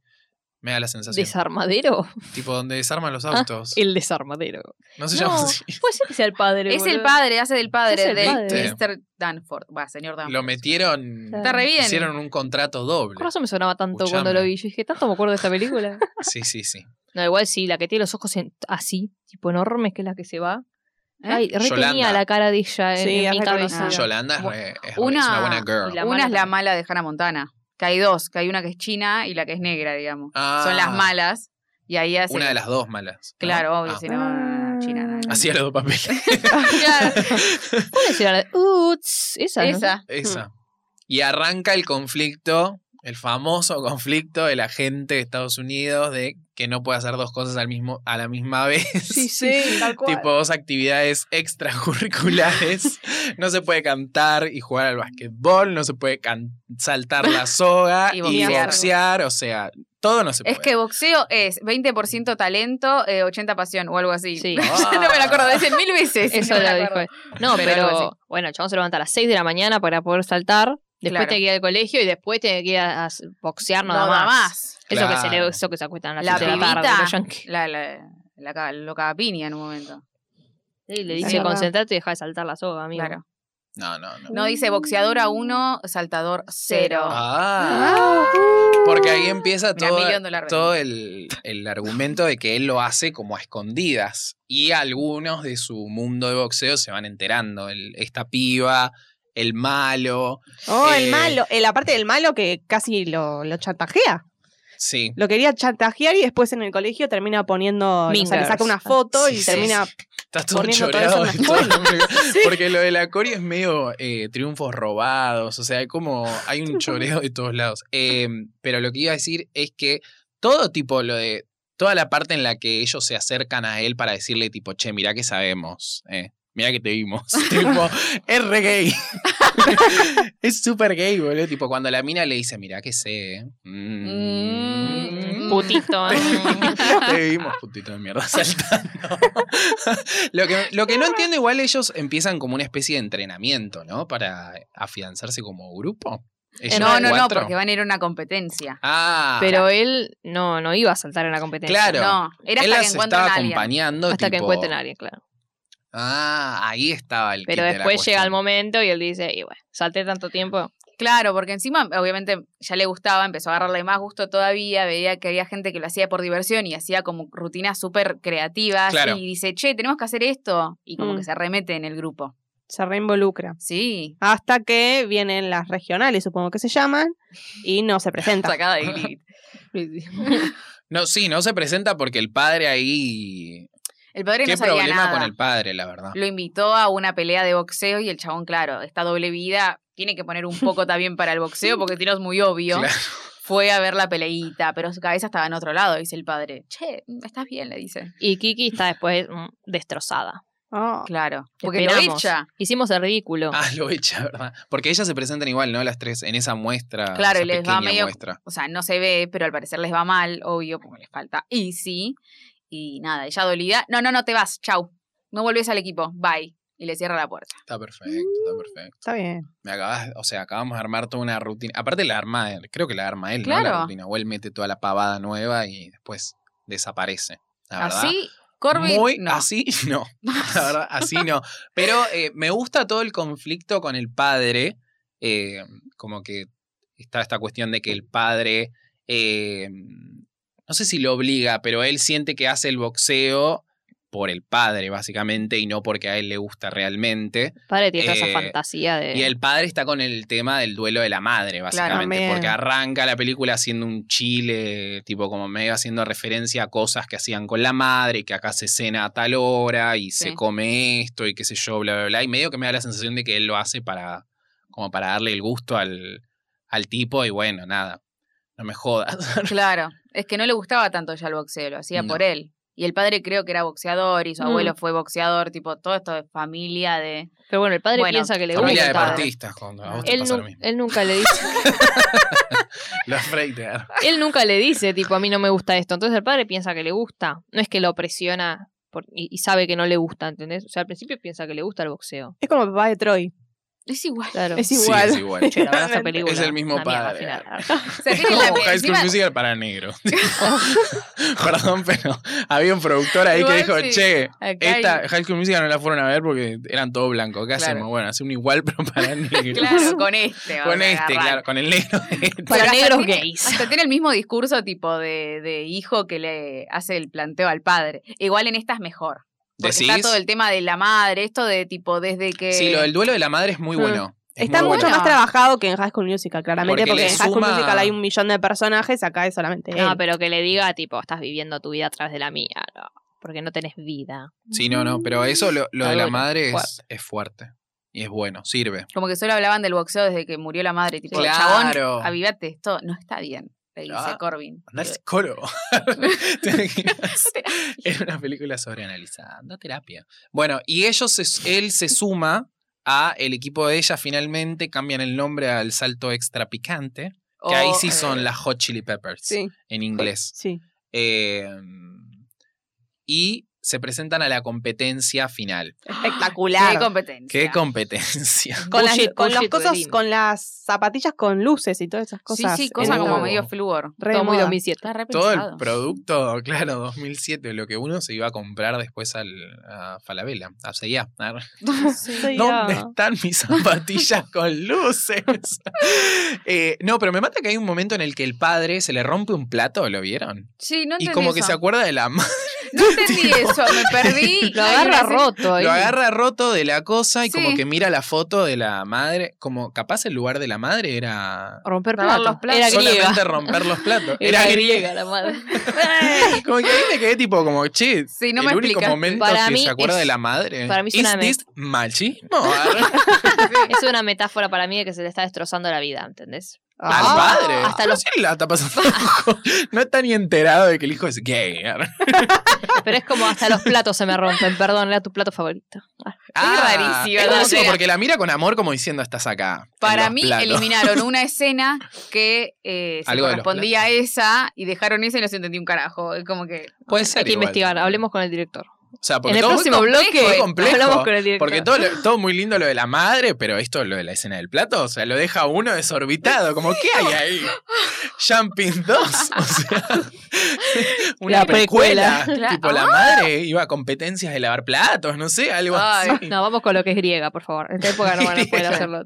S1: Me da la sensación.
S4: ¿Desarmadero?
S1: tipo, donde desarman
S2: Ah,
S1: los autos.
S4: El desarmadero.
S1: No se
S4: No,
S1: llama así.
S4: Puede ser que sea el padre.
S2: Es el
S4: boludo.
S2: padre, hace del padre,
S4: Es el
S2: de
S1: padre.
S2: Mr. Danford. Va, señor Danford.
S1: Lo metieron.
S4: Está
S2: Está re bien.
S1: Hicieron un contrato doble.
S4: Por eso me sonaba tanto
S1: Escuchame.
S4: cuando lo vi. Yo dije, ¿tanto me acuerdo de esta película?
S1: Sí, sí, sí.
S4: no, igual sí, la que tiene los ojos en- así, tipo enormes, que es la que se va.
S2: ¿Eh?
S4: Ay, re
S1: Yolanda.
S4: tenía la cara de ella en,
S3: Sí,
S4: en
S3: es
S4: mi cabeza.
S3: reconocida.
S1: Yolanda es, re- es re- es
S2: Una-
S1: una buena girl.
S4: y
S2: una
S4: la mala
S2: es la
S4: también.
S2: mala de Hannah Montana. Que hay dos, que hay una que es china y la que es negra, digamos.
S1: Ah,
S2: Son las malas. Y ahí hace.
S1: Una de las dos malas. ¿no?
S2: Claro, obvio,
S1: Ah,
S2: si no, no, no, china. no, no.
S1: Hacía los dos papeles.
S2: Claro,
S4: ¿Cuál es la Uts, esa. ¿no?
S2: esa.
S1: Esa. Y arranca el conflicto, el famoso conflicto de la gente de Estados Unidos de que no puede hacer dos cosas al mismo, a la misma vez.
S3: sí, tal cual.
S1: tipo dos actividades extracurriculares. no se puede cantar y jugar al basquetbol, no se puede can- saltar la soga
S2: Y
S1: y boxear.
S2: boxear.
S1: o sea, todo no se puede.
S2: Es que boxeo es 20% talento, eh, 80% pasión o algo así.
S4: Sí.
S2: Yo no me lo acuerdo, dicen mil veces.
S4: Eso
S2: no me
S4: lo
S2: acuerdo.
S4: dijo él. No,
S2: Pero
S4: pero,
S2: algo así.
S4: bueno, el chabón se levanta a las 6 de la mañana para poder saltar. Después
S2: Claro.
S4: tiene que ir al colegio y después tiene que ir a, a boxear
S2: No
S4: nada
S2: da
S4: más.
S2: más.
S4: Eso, que se
S1: Claro.
S4: le, eso que se acuestan a las
S2: La
S4: 7 de la tarde.
S2: pibita.
S4: los yankees.
S2: La, la, la, ca- loca piña en un momento.
S4: Sí, le
S3: Es
S4: dice
S3: verdad.
S4: concentrate y deja de saltar la soga, amigo.
S2: Claro.
S1: Ah. No, no, no.
S2: No dice boxeadora 1, saltador 0.
S1: Ah,
S3: Ah,
S1: porque ahí empieza
S2: Mirá,
S1: todo,
S2: millón dólares.
S1: todo el, el argumento de que él lo hace como a escondidas. Y algunos de su mundo de boxeo se van enterando. El- esta piba, el malo.
S3: Oh,
S1: Eh,
S3: el malo. eh, la parte del malo que casi lo, lo chantajea.
S1: Sí.
S3: Lo quería chantajear y después en el colegio termina poniendo. O sea, le
S4: Mingers.
S3: saca una foto
S1: Sí,
S3: y
S1: sí,
S3: termina.
S1: Está todo
S3: Poniendo todo
S1: choreado.
S3: eso en
S1: de
S3: la
S1: todo el nombre. Porque lo de la Cori es medio eh, triunfos robados. O sea, hay como hay un choreo de todos lados. Eh, pero lo que iba a decir es que todo tipo lo de. Toda la parte en la que ellos se acercan a él para decirle, tipo, che, mirá que sabemos. eh, mira que te vimos. tipo, es re gay. es súper gay, boludo. Tipo, cuando la mina le dice, mira que sé. eh". Mm.
S2: Mm.
S4: Putito. mm.
S1: Te vimos, putito de mierda, saltando. lo, que, lo que no entiendo, igual ellos empiezan como una especie de entrenamiento, ¿no? Para afianzarse como grupo. Ellos
S2: No, no, no,
S1: cuatro.
S2: porque van a ir a una competencia.
S1: Ah,
S4: Pero él no, no iba a saltar en la competencia.
S1: claro.
S2: No, era
S1: él
S2: hasta que
S1: las
S2: encuentran
S1: estaba
S2: a alguien.
S1: acompañando.
S4: Hasta que
S1: tipo,
S4: encuentren a alguien, claro.
S1: Ah, ahí estaba el
S4: Pero
S1: kit de la
S4: después llega el
S1: cuestión.
S4: momento y él dice, y bueno, salté tanto tiempo.
S2: Claro, porque encima, obviamente, ya le gustaba, empezó a agarrarle más gusto todavía, veía que había gente que lo hacía por diversión y hacía como rutinas súper creativas
S1: Claro.
S2: y dice, che, tenemos que hacer esto. Y como
S3: Mm.
S2: que se remete en el grupo.
S3: Se reinvolucra.
S2: Sí.
S3: Hasta que vienen las regionales, supongo que se llaman, y no se presenta.
S2: Sacada de Glee.
S1: No, sí, no se presenta porque el padre ahí.
S2: El padre
S1: Qué
S2: no sabía
S1: problema
S2: nada.
S1: con el padre, la verdad.
S2: Lo invitó a una pelea de boxeo y el chabón, claro, esta doble vida tiene que poner un poco también para el boxeo porque si no es muy obvio.
S1: Claro.
S2: Fue a ver la peleita, pero su cabeza estaba en otro lado, dice el padre. Che, estás bien, le dice.
S4: Y Kiki está después mm, destrozada.
S3: Oh.
S2: Claro. Porque lo
S4: Esperamos.
S2: echa.
S4: Hicimos el ridículo.
S1: Ah, lo echa, ¿verdad? Porque ellas se presentan igual, ¿no? Las tres, en esa muestra.
S2: Claro,
S1: esa
S2: y les va
S1: pequeña
S2: medio-
S1: muestra.
S2: o sea, no se ve, pero al parecer les va mal, obvio, porque les falta Easy. Y nada, ella dolida. No, no, no te vas, chau. No volvés al equipo, bye. Y le cierra la puerta.
S1: Está perfecto, está perfecto.
S3: Está bien.
S1: Me acabas, o sea, acabamos de armar toda una rutina. Aparte la arma él, creo que la arma él, ¿no? La
S2: Claro.
S1: rutina. O él mete toda la pavada nueva y después desaparece. La verdad.
S2: Así, Corbin.
S1: Muy
S2: no.
S1: así, no. La verdad, así no. Pero eh, me gusta todo el conflicto con el padre. eh, como que está esta cuestión de que el padre. eh, no sé si lo obliga, pero él siente que hace el boxeo por el padre, básicamente, y no porque a él le gusta realmente.
S4: Padre tiene toda
S1: Eh,
S4: esa fantasía de...
S1: Y el padre está con el tema del duelo de la madre, básicamente.
S3: también.
S1: porque arranca la película haciendo un chile, tipo como medio haciendo referencia a cosas que hacían con la madre, y que acá se cena a tal hora y se
S2: Sí.
S1: come esto y qué sé yo, bla, bla, bla. Y medio que me da la sensación de que él lo hace para, como para darle el gusto al, al tipo y bueno, nada. No me jodas.
S2: Claro. Es que no le gustaba tanto ya el boxeo, lo hacía
S1: No.
S2: por él. Y el padre creo que era boxeador y su
S3: Mm.
S2: abuelo fue boxeador, tipo, todo esto de familia, de...
S4: Pero bueno, el padre
S2: Bueno,
S4: piensa que le gusta.
S1: Familia de
S4: el padre.
S1: deportistas, cuando a vos te
S4: Él,
S1: pasa
S4: nu-
S1: lo mismo.
S4: él nunca le dice,
S1: Los Freiter.
S4: él nunca le dice, tipo, a mí no me gusta esto. Entonces el padre piensa que le gusta. No es que lo presiona por- y, y sabe que no le gusta, ¿entendés? O sea, al principio piensa que le gusta el boxeo.
S3: Es como papá de Troy.
S2: Es igual.
S4: Claro.
S3: Es igual.
S1: Sí, es igual.
S4: Che, la verdad, esa
S3: Realmente.
S4: película
S1: Es el mismo
S4: una mierda
S1: padre.
S4: al final.
S2: O sea, tiene la-
S1: Como High School
S2: encima-
S1: Musical para negro. Perdón, pero había un productor ahí que
S2: Igual
S1: dijo,
S2: sí.
S1: che,
S2: Acá hay-
S1: esta High School Musical no la fueron a ver porque eran todo blanco. ¿Qué
S2: Claro.
S1: hacemos? Bueno, hacer un igual, pero para negros.
S2: Claro, con este.
S1: Con
S2: vamos a
S1: este,
S2: agarrar.
S1: claro, con el negro.
S4: Para
S2: Pero hasta
S4: negros
S2: tiene-
S4: gays.
S2: Hasta tiene el mismo discurso tipo de, de hijo que le hace el planteo al padre. Igual en esta es mejor. Porque
S1: ¿Decís?
S2: está todo el tema de la madre, esto de tipo desde que.
S1: Sí, lo del duelo de la madre es muy
S3: Mm.
S1: bueno. Es
S3: Está
S1: muy
S3: mucho
S1: bueno.
S2: bueno.
S3: más trabajado que en High School Musical, claramente,
S1: Porque
S3: porque,
S1: le
S3: en High School
S1: suma-
S3: Musical hay un millón de personajes, acá es solamente él.
S4: No, pero que le diga, tipo, estás viviendo tu vida a través de la mía. No, porque no tenés vida.
S1: Sí, no, no, pero eso, lo, lo de la
S4: Está
S1: madre es,
S4: fuerte.
S1: es fuerte. Y es bueno, sirve.
S2: Como que solo hablaban del boxeo desde que murió la madre. Tipo, chabón,
S1: Claro.
S2: avivate, esto no está bien, le dice
S1: Ah,
S2: Corbin.
S1: Andá al psicólogo. ¿Te imaginas? Era una película sobre analizar. Anda a terapia. Bueno, y ellos se- él se suma a el equipo de ella finalmente, cambian el nombre al salto extra picante, que ahí
S2: O,
S1: sí
S2: eh,
S1: son las Hot Chili Peppers
S3: Sí,
S1: en inglés.
S3: sí.
S1: Eh, y se presentan a la competencia final.
S2: Qué
S3: Espectacular.
S2: competencia.
S1: ¡Qué competencia!
S3: con las,
S4: Bullshit,
S3: con las
S4: bullshit,
S3: cosas,
S4: Evelyn.
S3: con las zapatillas con luces y todas esas cosas.
S2: sí, sí, cosas
S1: en
S2: como
S1: un-
S2: medio flúor.
S3: Re
S4: Todo muy
S3: moda.
S4: 2007.
S2: Está re
S1: Todo el
S2: pensado.
S1: producto, claro, 2007, lo que uno se iba a comprar después al, a Falabella, a CIA.
S3: Sí,
S1: ¿Dónde
S3: ya.
S1: están mis zapatillas con luces? Eh, no, pero me mata que hay un momento en el que el padre se le rompe un plato, ¿lo vieron?
S2: Sí, no
S1: y
S2: entendí
S1: como
S2: eso.
S1: que se acuerda de la madre,
S2: No entendí eso, me perdí.
S4: Lo agarra roto. ahí.
S1: lo agarra roto de la cosa y como
S2: Sí.
S1: que mira la foto de la madre, como capaz el lugar de la madre era
S4: Romper
S2: Lavar
S4: platos.
S2: los platos.
S4: Era griega.
S1: solamente romper los platos.
S4: Era,
S1: Era
S4: griega la madre.
S1: gri- como que ahí me quedé tipo como, che,
S2: Sí, no
S1: el
S2: me
S1: único
S2: explicaste.
S1: momento
S4: Para
S1: que
S4: mí
S1: se acuerda
S4: es-
S1: de la madre.
S4: para mí es
S1: ¿Is
S4: una me-
S1: this machismo?
S4: es una metáfora para mí de que se le está destrozando la vida, ¿entendés?
S1: Al
S3: Ah.
S1: padre.
S4: hasta
S1: no
S4: los-
S1: sé, la está pasando ojo. No está ni enterado de que el hijo es gay.
S4: Pero es como hasta los platos se me rompen. Perdón, era tu plato favorito. Ah.
S2: rarísimo,
S1: es
S2: ¿no?
S1: rarísimo,
S2: O sea,
S1: porque la mira con amor como diciendo estás acá. en
S2: Para
S1: los
S2: mí
S1: platos".
S2: eliminaron una escena que eh, se
S1: Algo de los
S2: correspondía a esa y dejaron esa y no se entendí un carajo. Es como que...
S1: Puede ser
S4: Hay que
S1: igual.
S4: investigar, hablemos con el director.
S1: O sea,
S4: En
S1: porque
S4: el
S1: todo-
S4: próximo
S2: complejo,
S4: bloque
S1: fue complejo,
S4: hablamos con el director.
S1: Porque todo, lo- todo muy lindo lo de la madre, pero esto lo de la escena del plato, o sea, lo deja uno desorbitado. Como, ¿qué hay ahí? Jumping 2. O sea, una
S4: La
S1: precuela.
S4: precuela.
S1: Tipo, la madre iba a competencias de lavar platos, no sé, algo
S2: Ay.
S1: así.
S4: No, vamos con lo que es griega, por favor. En esta época no van a poder hacerlo.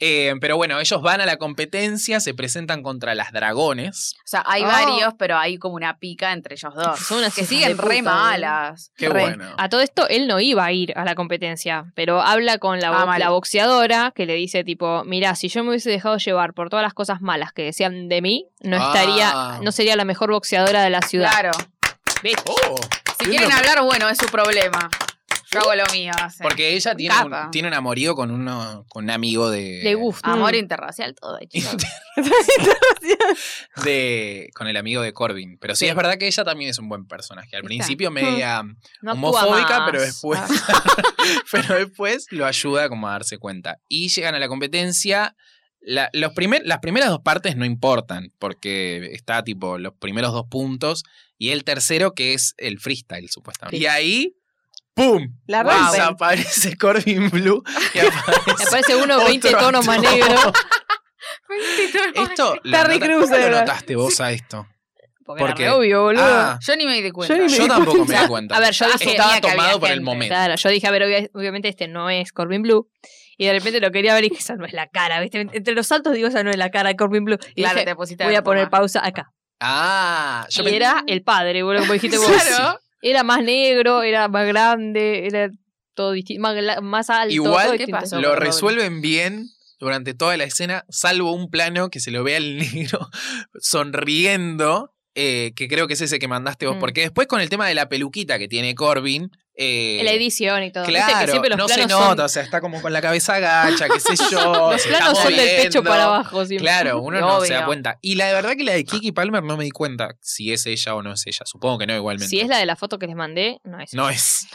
S1: Eh, pero bueno, ellos van a la competencia, se presentan contra las dragones.
S2: O sea, hay
S4: Oh.
S2: varios, pero hay como una pica entre ellos dos.
S4: Son unas
S2: que
S4: hijas
S2: siguen
S4: de puta,
S2: re
S4: boludo.
S2: malas.
S1: Qué
S4: Re.
S1: bueno.
S4: A todo esto, él no iba a ir a la competencia, pero habla con la, bo-
S2: Ah, mal.
S4: la boxeadora que le dice tipo, mirá, si yo me hubiese dejado llevar por todas las cosas malas que decían de mí, no
S1: Ah.
S4: estaría, no sería la mejor boxeadora de la ciudad.
S2: Claro.
S4: Bitch.
S1: Oh,
S2: Si
S1: Qué
S2: quieren
S1: loco. Uh,
S2: hablar, bueno, es su problema. Yo hago lo mío. o sea.
S1: porque ella tiene
S2: Capa.
S1: un, tiene un amorío con, uno, con un amigo de.
S4: Le gusta.
S2: Amor
S3: Mm.
S2: interracial, todo hecho.
S1: de con el amigo de Corbin. Pero sí,
S4: Sí.
S1: es verdad que ella también es un buen personaje. Al
S2: ¿Viste?
S1: principio media
S4: No actúa
S1: homofóbica,
S4: más. Ah.
S1: pero después, pero después lo ayuda como a darse cuenta. Y llegan a la competencia. La- los primer- las primeras dos partes no importan, porque está tipo los primeros dos puntos y el tercero que es el freestyle, supuestamente.
S4: Sí.
S1: Y ahí, ¡pum!
S3: La
S2: Wow.
S3: rompen.
S1: Desaparece Corbin Blue y
S4: Me
S1: aparece
S4: parece uno
S1: otro
S4: 20 tonos más
S1: actor.
S4: negro.
S1: Esto, lo
S3: Terry
S1: nota-
S3: Crews,
S1: ¿cómo
S3: de
S1: lo
S3: verdad.
S1: notaste vos a esto?
S4: Porque,
S1: Porque-
S4: era re obvio, boludo.
S1: Ah,
S2: Yo ni me di cuenta.
S3: Yo ni me
S1: yo
S3: di
S1: tampoco me
S3: cuenta.
S1: di cuenta.
S4: A ver, yo
S2: Ah,
S4: dije,
S1: estaba
S2: tenía que
S1: tomado
S2: había
S1: por el
S2: gente,
S1: momento.
S4: Claro, yo dije, a ver, obvia- obviamente este no es Corbin Blue. Y de repente lo quería ver y dije, esa no es la cara, ¿viste? Entre los saltos digo, esa no es la cara de Corbin Blue. Y
S2: Claro,
S4: dije,
S2: te pusiste
S4: voy
S2: la
S4: a poner
S2: toma.
S4: pausa acá.
S1: Ah, yo
S4: y
S1: me-
S4: era el padre, boludo, como dijiste vos.
S2: Claro.
S4: Era más negro, era más grande, era todo distinto, más, gla- más alto.
S1: Igual,
S4: todo
S1: ¿qué
S4: distinto.
S2: pasó?
S1: lo resuelven bien durante toda la escena, salvo un plano que se lo ve al negro sonriendo, eh, que creo que es ese que mandaste vos.
S4: Mm.
S1: Porque después con el tema de la peluquita que tiene Corbin. eh,
S4: La edición y todo. Viste que
S1: Claro,
S4: siempre los
S1: no se
S4: planos
S1: nota,
S4: son-
S1: o sea, está como con la cabeza gacha, qué sé yo.
S4: los
S1: se está
S4: planos son del pecho
S1: moviendo.
S4: para abajo siempre.
S1: Claro, uno no se da
S2: Obvio.
S1: cuenta. Y la verdad que la de Kiki Palmer no me di cuenta si es ella o no es ella. Supongo que no, igualmente.
S4: Si es la de la foto que les mandé, no es.
S1: No es.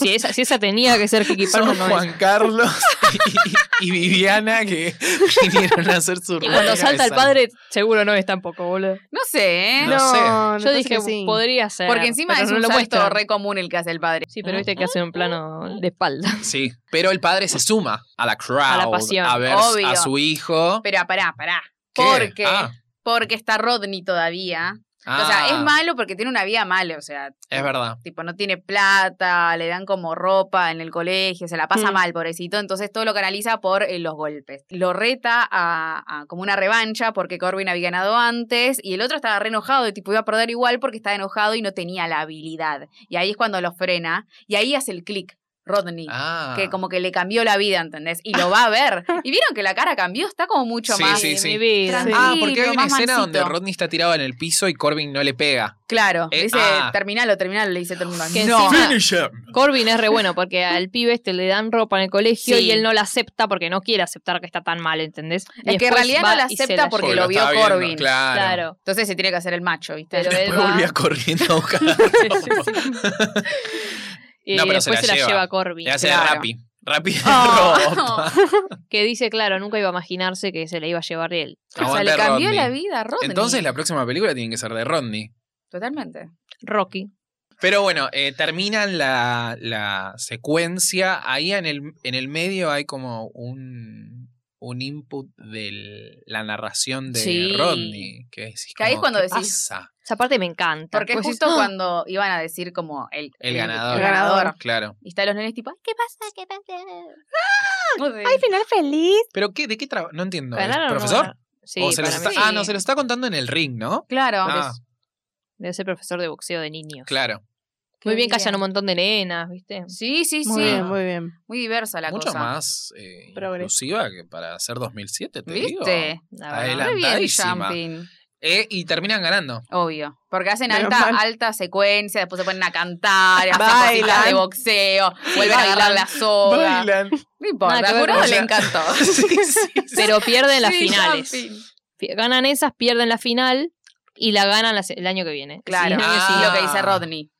S4: Si, esa, si esa tenía que ser Kiki
S1: Son
S4: Palmer, no es.
S1: Juan Carlos y, y Viviana que vinieron a hacer su
S4: Y cuando
S1: rutina
S4: salta el
S1: de
S4: padre, seguro no es tampoco, boludo.
S2: No sé, ¿eh?
S1: No sé.
S3: me
S4: Yo
S3: parece
S4: dije,
S3: que sí.
S4: podría ser.
S2: Porque encima
S4: pero
S2: es
S4: no
S2: un
S4: lo
S2: salto
S4: muestran.
S2: re común el que hace el padre.
S4: Sí, pero viste que hace un plano de espalda.
S1: salud. Sí, pero el padre se suma a la crowd, a,
S4: A la pasión,
S1: ver
S2: obvio.
S1: a su hijo.
S2: Pero pará, pará.
S1: ¿Qué?
S2: Porque,
S1: Ah,
S2: porque está Rodney todavía. O sea,
S1: ah,
S2: es malo porque tiene una vida mala, o sea,
S1: Es verdad.
S2: tipo, no tiene plata, le dan como ropa en el colegio, se la pasa
S3: Mm.
S2: mal, pobrecito. Entonces todo lo canaliza por eh, los golpes. Lo reta a, a como una revancha porque Corbin había ganado antes y el otro estaba re enojado, de tipo, iba a perder igual porque estaba enojado y no tenía la habilidad. Y ahí es cuando lo frena y ahí hace el clic, Rodney.
S1: Ah.
S2: Que como que le cambió la vida, ¿entendés? Y lo va a ver. Y vieron que la cara cambió, está como mucho
S1: Sí,
S2: más.
S1: sí, sí.
S4: Mi vida.
S2: Tranquilo,
S1: Ah, porque hay una
S2: más
S1: escena
S2: mansito.
S1: donde Rodney está tirado en el piso y Corbin no le pega.
S2: Claro.
S1: Eh,
S2: dice,
S1: ah.
S2: terminalo, terminalo, le dice todo el mundo.
S4: Que
S2: No.
S4: encima-
S1: Finish him.
S4: Corbin es re bueno porque al pibe este le dan ropa en el colegio
S2: Sí.
S4: y él no la acepta porque no quiere aceptar que está tan mal, ¿entendés? Y
S2: Es que en
S4: después
S2: realidad
S4: va
S2: no la
S4: y se
S2: acepta porque
S1: Porque
S2: lo vio
S1: estaba viendo,
S2: Corbin.
S1: Claro.
S4: Claro.
S2: Entonces se tiene que hacer el macho, ¿viste?
S4: Pero él
S1: Después
S4: va-
S1: volvía corriendo a buscar.
S4: Y
S1: No, pero
S4: después
S1: se
S4: se
S1: la
S4: la,
S1: lleva.
S4: lleva. Corbin.
S1: Le hace
S2: Claro.
S1: rapi. Rapi de
S2: Oh.
S1: ropa.
S4: Que dice, claro, nunca iba a imaginarse que se la iba a llevar él.
S2: o sea,
S1: Aguante
S2: le cambió
S1: Rodney.
S2: la vida a Rodney.
S1: Entonces la próxima película tiene que ser de Rodney.
S2: Totalmente.
S4: Rocky.
S1: Pero bueno, eh, terminan la, la secuencia. Ahí en el, en el medio hay como un, un input de la narración de
S2: Sí.
S1: Rodney. Que, decís
S2: Que ahí es
S1: como,
S2: cuando
S1: ¿qué
S2: decís-
S1: pasa?
S4: Esa parte me encanta.
S2: Porque
S4: Pues
S2: justo
S4: decís, "Ah".
S2: cuando iban a decir como el,
S1: El ganador.
S2: el ganador.
S1: Claro.
S2: Y están los nenes tipo, "Ay, ¿qué pasa? ¿Qué pasa? No sé.
S3: Ay, final feliz.
S1: ¿Pero qué, de qué trabajo? No entiendo. ¿Es
S4: ¿Ganaron o no
S1: ¿Profesor?
S4: ganaron? Sí,
S1: ¿O se los
S4: para
S1: está-
S4: mí
S1: Ah,
S4: sí.
S1: no, se lo está contando en el ring, ¿no?
S2: Claro.
S1: Ah,
S4: Debe ser profesor de boxeo de niños.
S1: claro.
S4: Muy
S2: Qué
S4: bien, callan
S2: bien.
S4: un montón de nenas, ¿viste?
S2: Sí, sí,
S3: Muy
S2: sí.
S3: bien, muy bien.
S2: Muy diversa la
S1: Mucho
S2: cosa.
S1: más eh,
S3: Progreso.
S1: inclusiva que para hacer 2007, te digo.
S2: ¿Viste?
S4: La verdad.
S1: Adelante.
S2: Muy bien el
S1: Adelantadísima.
S2: jumping.
S1: Eh, y terminan ganando.
S2: Obvio. Porque hacen
S3: Menos
S2: alta,
S3: mal.
S2: alta secuencia, después se ponen a cantar, hacen
S3: Bailan.
S2: cositas de boxeo, vuelven a agarrar
S4: bailan.
S2: la soga. No importa,
S4: Nada que
S2: a
S4: ver
S2: Curado
S1: con
S2: le
S1: ella.
S2: encantó.
S1: Sí, sí, sí.
S4: Pero pierden las
S2: Sí,
S4: finales.
S2: jumping.
S4: Pi- Ganan esas, pierden la final y la ganan la se- el año que viene.
S2: Claro,
S4: Sí, el año que
S1: Ah.
S4: sigue.
S2: lo que dice Rodney.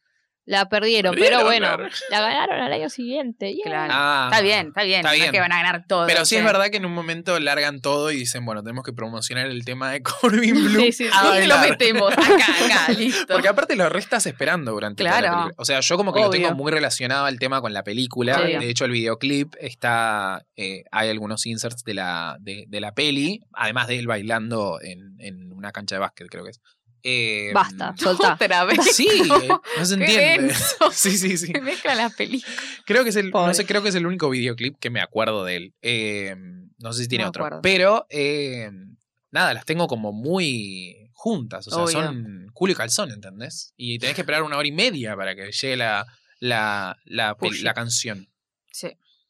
S4: La perdieron,
S1: Perdieron,
S4: pero bueno,
S1: claro.
S4: la ganaron al año siguiente. yeah.
S2: Claro.
S1: Ah,
S2: está bien, está bien.
S1: está
S2: no es
S1: bien.
S2: que van a ganar todo.
S1: Pero sí es
S2: ¿eh?
S1: verdad que en un momento largan todo y dicen, bueno, tenemos que promocionar el tema de Corbin Blue.
S4: Sí, sí, sí.
S1: a
S2: ¿Dónde lo
S1: bailar.
S2: metemos? Acá, acá, listo.
S1: Porque aparte lo restas esperando durante toda la
S2: Claro.
S1: película. O sea, yo como que lo
S3: Obvio.
S1: tengo muy relacionado al tema con la película.
S4: Obvio.
S1: De hecho, el videoclip está. eh, hay algunos inserts de la, de, de la peli, además de él bailando en, en una cancha de básquet, creo que es. Eh,
S4: Basta, soltá.
S2: Otra vez.
S1: Sí, no se
S2: Qué
S1: entiende.
S2: denso.
S1: Sí, sí, sí.
S2: Se mezclan las películas.
S1: Creo que es el, no
S3: Pobre.
S1: sé, creo que es el único videoclip que me acuerdo de él. Eh, no sé si tiene
S2: No me
S1: otro.
S2: acuerdo.
S1: Pero eh, nada, las tengo como muy juntas. O sea,
S2: Obvio.
S1: son culo y calzón, ¿entendés? Y tenés que esperar una hora y media para que llegue la, la, la, pel-
S2: Uy.
S1: la canción.
S2: Sí.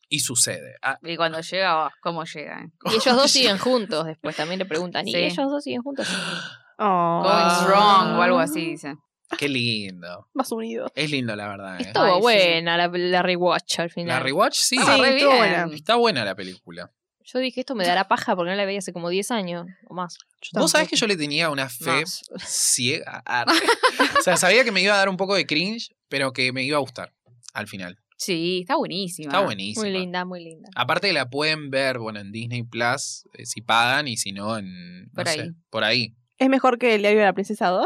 S1: Y sucede. Ah,
S2: Y cuando llega, oh, ¿cómo llega? eh?
S4: Y ellos dos siguen juntos después, también le preguntan. ¿Y
S2: Sí.
S4: ellos dos siguen juntos?
S1: Ah,
S3: Oh.
S2: Going strong o algo así, dice.
S1: qué lindo.
S3: Más unidos.
S1: Es lindo, la verdad. ¿eh?
S4: Estuvo
S2: Ay, sí.
S4: buena la, la rewatch al final.
S1: La rewatch, sí.
S2: Ah, re
S3: estuvo
S2: bien.
S3: buena.
S1: Está buena la película.
S4: Yo dije, esto me dará paja porque no la veía hace como 10 años o más.
S1: Vos sabés que yo le tenía una fe
S4: Más.
S1: ciega. Ah, o sea, sabía que me iba a dar un poco de cringe, pero que me iba a gustar al final.
S2: Sí, está buenísima.
S1: Está buenísimo.
S4: Muy linda, muy linda.
S1: Aparte la pueden ver, bueno, en Disney Plus, eh, si pagan y si no, en, no
S2: Por
S1: sé,
S2: ahí.
S1: por ahí.
S3: ¿Es mejor que el diario de la princesa 2?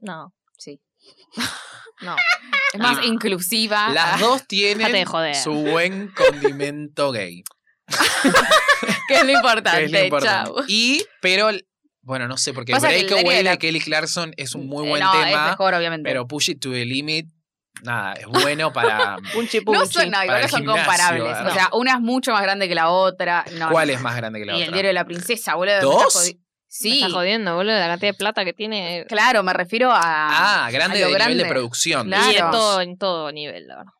S4: No,
S2: Sí.
S4: no.
S2: Es más
S1: Ah.
S2: inclusiva.
S1: Las dos
S4: Déjate de
S1: tienen
S4: joder.
S1: su buen condimento gay.
S2: que es lo
S1: que
S2: importante.
S1: es lo importante.
S2: Chau.
S1: Y, pero, bueno, no sé, porque
S2: Pasa que el
S1: Breakaway
S2: área
S1: de
S2: de la-
S1: Kelly Clarkson es un muy
S2: Eh,
S1: buen
S2: no, es
S1: tema,
S2: mejor, obviamente.
S1: pero Push It to the Limit, nada, es bueno para...
S3: Un chip
S2: no son, no, igual
S1: Para
S2: no
S1: el
S2: son
S1: gimnasio,
S2: comparables.
S1: ¿verdad?
S2: O sea, una es mucho más grande que la otra. No,
S1: ¿Cuál
S2: no.
S1: es más grande que la
S2: Y el
S1: otra?
S2: diario de la princesa, boludo. me
S1: ¿Dos?
S2: está jodi- Sí,
S4: Está jodiendo, boludo, la cantidad de plata que tiene. eh,
S2: claro, me refiero a.
S1: Ah, grande
S2: a lo
S1: de nivel de
S2: grande.
S1: producción.
S2: Claro.
S4: Y en
S1: digamos.
S4: todo, en todo nivel, la verdad.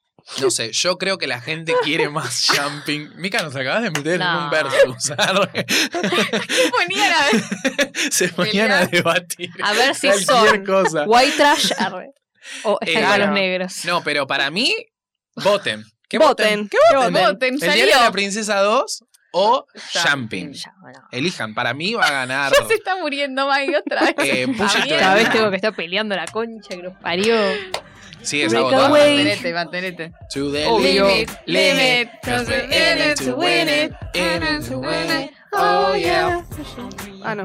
S1: No sé, yo creo que la gente quiere más jumping. Mica, nos acabas de meter en un
S4: No.
S1: versus. arre.
S2: ¿Qué ponía la vez?
S1: Se ponían a debatir
S4: A ver si
S1: cualquier
S4: son
S1: cosa.
S4: white trash arre, o
S1: Eh,
S4: están con los
S2: claro.
S4: negros.
S1: No, pero para mí, voten. ¿Qué
S3: Voten.
S1: ¿Qué
S3: ¿Qué
S1: voten?
S2: voten?
S1: ¿El
S2: salió.
S1: diario de la princesa 2 o
S2: Jumping.
S1: jumping?
S4: Ya, bueno.
S1: Elijan, para mí va a ganar.
S2: Se está muriendo Maggie otra vez.
S1: Eh, push it to
S4: Cada
S1: the
S4: vez
S1: limit.
S4: tengo que estar peleando la concha que nos parió.
S1: Sí, es
S3: Breakaway.
S1: agotador.
S2: Mantenete, mantenete.
S1: To the
S4: Obvio.
S1: limit, limit, 'cause we're in it to win it, in it to win it. Oh yeah.
S3: Ah, no.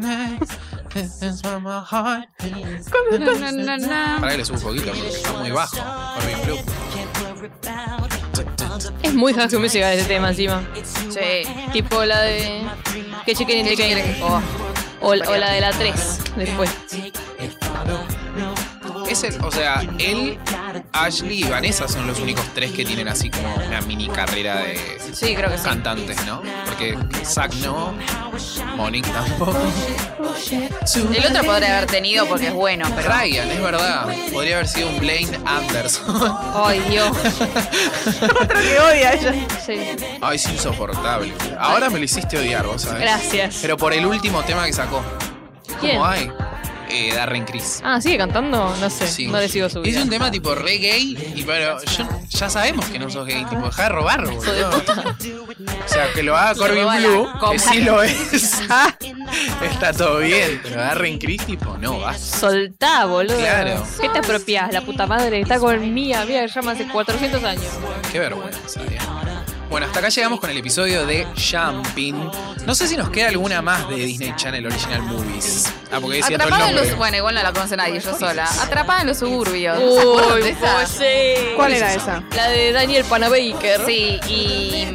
S1: This is where my heart is.
S2: Na, na, na, na.
S1: Para que le suba un poquito, porque está muy bajo. Corbin Blue.
S4: Es muy High School Musical ese este tema encima.
S2: Sí.
S4: Tipo la de... Que chiquen y chiquen. O, o la de la 3, después.
S1: Es el- o sea, él, Ashley y Vanessa son los únicos tres que tienen así como una mini carrera de
S2: Sí, creo que sí.
S1: cantantes, ¿no? Porque Zack no, Monique tampoco.
S2: El otro podría haber tenido porque es bueno, pero.
S1: Ryan, es verdad. Podría haber sido un Blaine Anderson.
S4: Ay, Dios.
S3: Otro que odia ella.
S4: Sí.
S1: Ay, es insoportable. Ahora me lo hiciste odiar, vos sabés.
S4: Gracias.
S1: Pero por el último tema que sacó.
S4: ¿Quién?
S1: ¿Cómo hay? Eh, Darren Criss.
S4: Ah, ¿sigue cantando? No sé,
S1: Sí.
S4: no le sigo su
S1: Es
S4: vida.
S1: un tema tipo re gay, y pero yo- ya sabemos que no sos gay, tipo, dejá de robar, boludo. O sea, que lo haga Corbin
S2: roba la
S1: Blue, que
S2: compu.
S1: sí lo es, está todo bien, pero Darren Criss, tipo, no, vas.
S4: Soltá, boludo.
S1: Claro.
S4: ¿Qué te apropias? La puta madre está con mía, mira, que llama hace 400 años.
S1: Qué vergüenza, Diana. Bueno, hasta acá llegamos con el episodio de Jumping. No sé si nos queda alguna más de Disney Channel Original Movies. Ah, porque decía todo el
S2: Atrapada en los.
S1: nombre.
S2: Bueno, igual no la conoce nadie, yo sola. Atrapada en los suburbios. ¿No se acuerdan de
S4: Uy,
S2: esa?
S4: José.
S3: ¿Cuál era esa?
S4: La de Daniel Panabaker.
S2: Sí, y.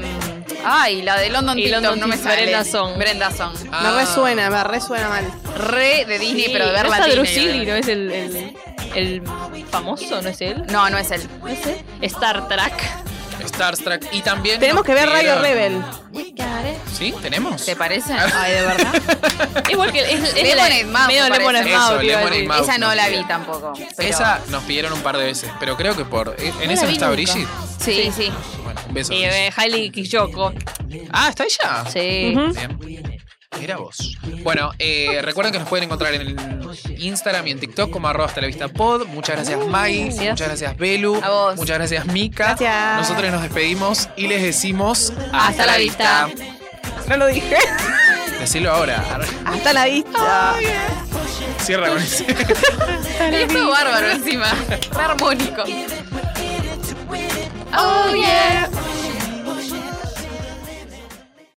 S2: Ay, la de London
S4: Y
S2: TikTok
S4: London
S2: no me
S4: Tic-
S2: sale.
S4: Brenda Song.
S2: Brenda Song.
S1: Ah.
S3: Me resuena, me resuena mal.
S2: Re de Disney, pero de
S4: no
S2: verla
S4: está
S2: Disney,
S4: Drusili,
S2: obviamente.
S4: ¿no? Es el, el, el famoso, ¿no es él?
S2: No, no es él.
S4: No es él. Star Trek.
S1: Star Trek. Y también.
S3: Tenemos
S1: nos
S3: que ver Radio
S1: pidieron-
S3: Rebel.
S1: ¿Sí? ¿Tenemos?
S2: ¿Te parece?
S4: Ay, de verdad. Igual que es, es la-
S2: Lemonade Mouth,
S4: medio
S2: me
S4: Lemonade
S2: parece.
S4: Mouth,
S1: Eso,
S4: te iba a
S1: Lemonade
S4: decir.
S1: Mouth.
S2: Esa no
S1: no
S2: la
S1: vi.
S2: vi tampoco. pero-
S1: Esa nos pidieron un par de veces, pero creo que por. eh, ¿En
S4: la
S1: esa no
S4: vi
S1: está
S4: nunca.
S1: Brigitte?
S2: Sí, sí.
S1: Bueno, un beso.
S4: Y eh, Hailey Kiyoko.
S1: Ah, ¿está ella?
S4: Sí.
S3: Ujú.
S1: Bien. ¿Eh? Mira vos. Bueno, eh, recuerden que nos pueden encontrar en Instagram y en TikTok como arroba hasta la vista pod. Muchas gracias Maggie,
S4: Gracias.
S1: muchas gracias Belu,
S2: A vos.
S1: muchas gracias Mika.
S3: Gracias.
S1: Nosotros nos despedimos y les decimos
S4: Hasta la vista.
S3: No lo dije.
S1: Decirlo ahora.
S3: Hasta la vista.
S1: Cierra con ese.
S2: Estuvo bárbaro encima. Re armónico.
S5: Give it with
S4: Oh yeah.